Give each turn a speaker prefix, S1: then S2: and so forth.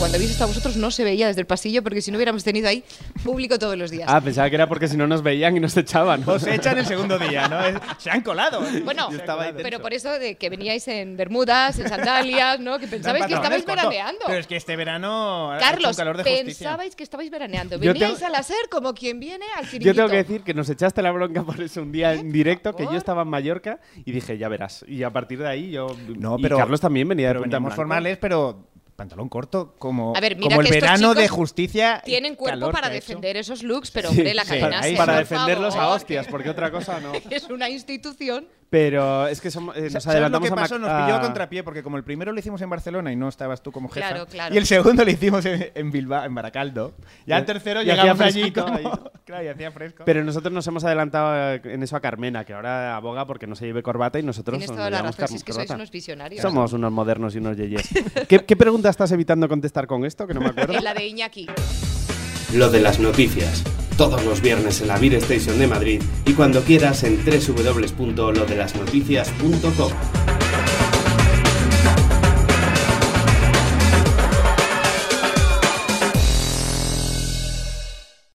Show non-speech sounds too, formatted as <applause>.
S1: Lo que pasa es que cuando habéis estado vosotros no se veía desde el pasillo porque si no hubiéramos tenido ahí público todos los días.
S2: Ah, pensaba que era porque si no nos veían y nos echaban. <laughs>
S3: Os echan el segundo día, ¿no? Es- Se han colado.
S1: Bueno,
S3: Yo estaba ahí
S1: pero
S3: dentro.
S1: por eso de que veníais en bermudas, en sandalias, ¿no? Que pensabais que estabais
S3: Pantalones cortos.
S1: veraneando.
S3: ¿eh? Pero es que este verano ha hecho un
S1: Carlos,
S3: calor de justicia.
S1: pensabais que estabais veraneando.
S2: Yo
S1: Veníais
S2: tengo-
S1: al hacer como quien viene al chiringuito.
S2: Yo tengo que decir que nos echaste la bronca por eso un día en directo, que
S1: favor.
S2: yo estaba en Mallorca y dije, ya verás. Y a partir de ahí yo...
S3: No,
S2: y
S3: pero-
S2: Carlos también venía de
S3: Pero
S2: cuenta en
S3: venimos
S2: blanco.
S3: formales, pero pantalón corto, como,
S1: A ver, mira
S3: como el
S1: que estos
S3: verano
S1: chicos
S3: de justicia. y
S1: Tienen cuerpo
S3: calor
S1: para
S3: que ha hecho.
S1: defender esos looks, pero hombre, la
S2: Sí,
S1: cadena
S3: ahí
S1: SER,
S2: Para
S1: por
S2: defenderlos a
S1: favor,
S2: hostias, porque otra cosa
S1: <laughs>
S2: no.
S1: que Es una institución.
S2: Pero es que somos, eh, nos
S3: ¿Sabes
S2: adelantamos
S3: lo que pasó?
S2: a Mac-
S3: Nos pilló
S2: a-
S3: a contrapié, porque como el primero lo hicimos en Barcelona y no estabas tú como jefa,
S1: Claro, claro.
S3: y el segundo lo hicimos en, en Bilbao, en Baracaldo, ya el tercero
S2: Y
S3: llegamos
S2: hacía
S3: allí
S2: fresquito
S3: como...
S2: ahí.
S3: <laughs> Claro, y hacía fresco.
S2: Pero nosotros nos hemos adelantado eh, en eso a Carmena, que ahora aboga porque no se lleve corbata y nosotros
S1: Tienes
S2: nos
S1: toda la
S2: llevamos
S1: razón, si es
S2: car-
S1: que sois
S2: corbata.
S1: unos visionarios.
S2: Somos unos modernos y
S1: <laughs>
S2: unos yeyes. ¿Qué, ¿Qué pregunta estás evitando contestar con esto? Que no me acuerdo.
S1: Es la de Iñaki.
S4: Lo de las noticias. Todos los viernes en la Beer Station de Madrid y cuando quieras en www.lodelasnoticias.com.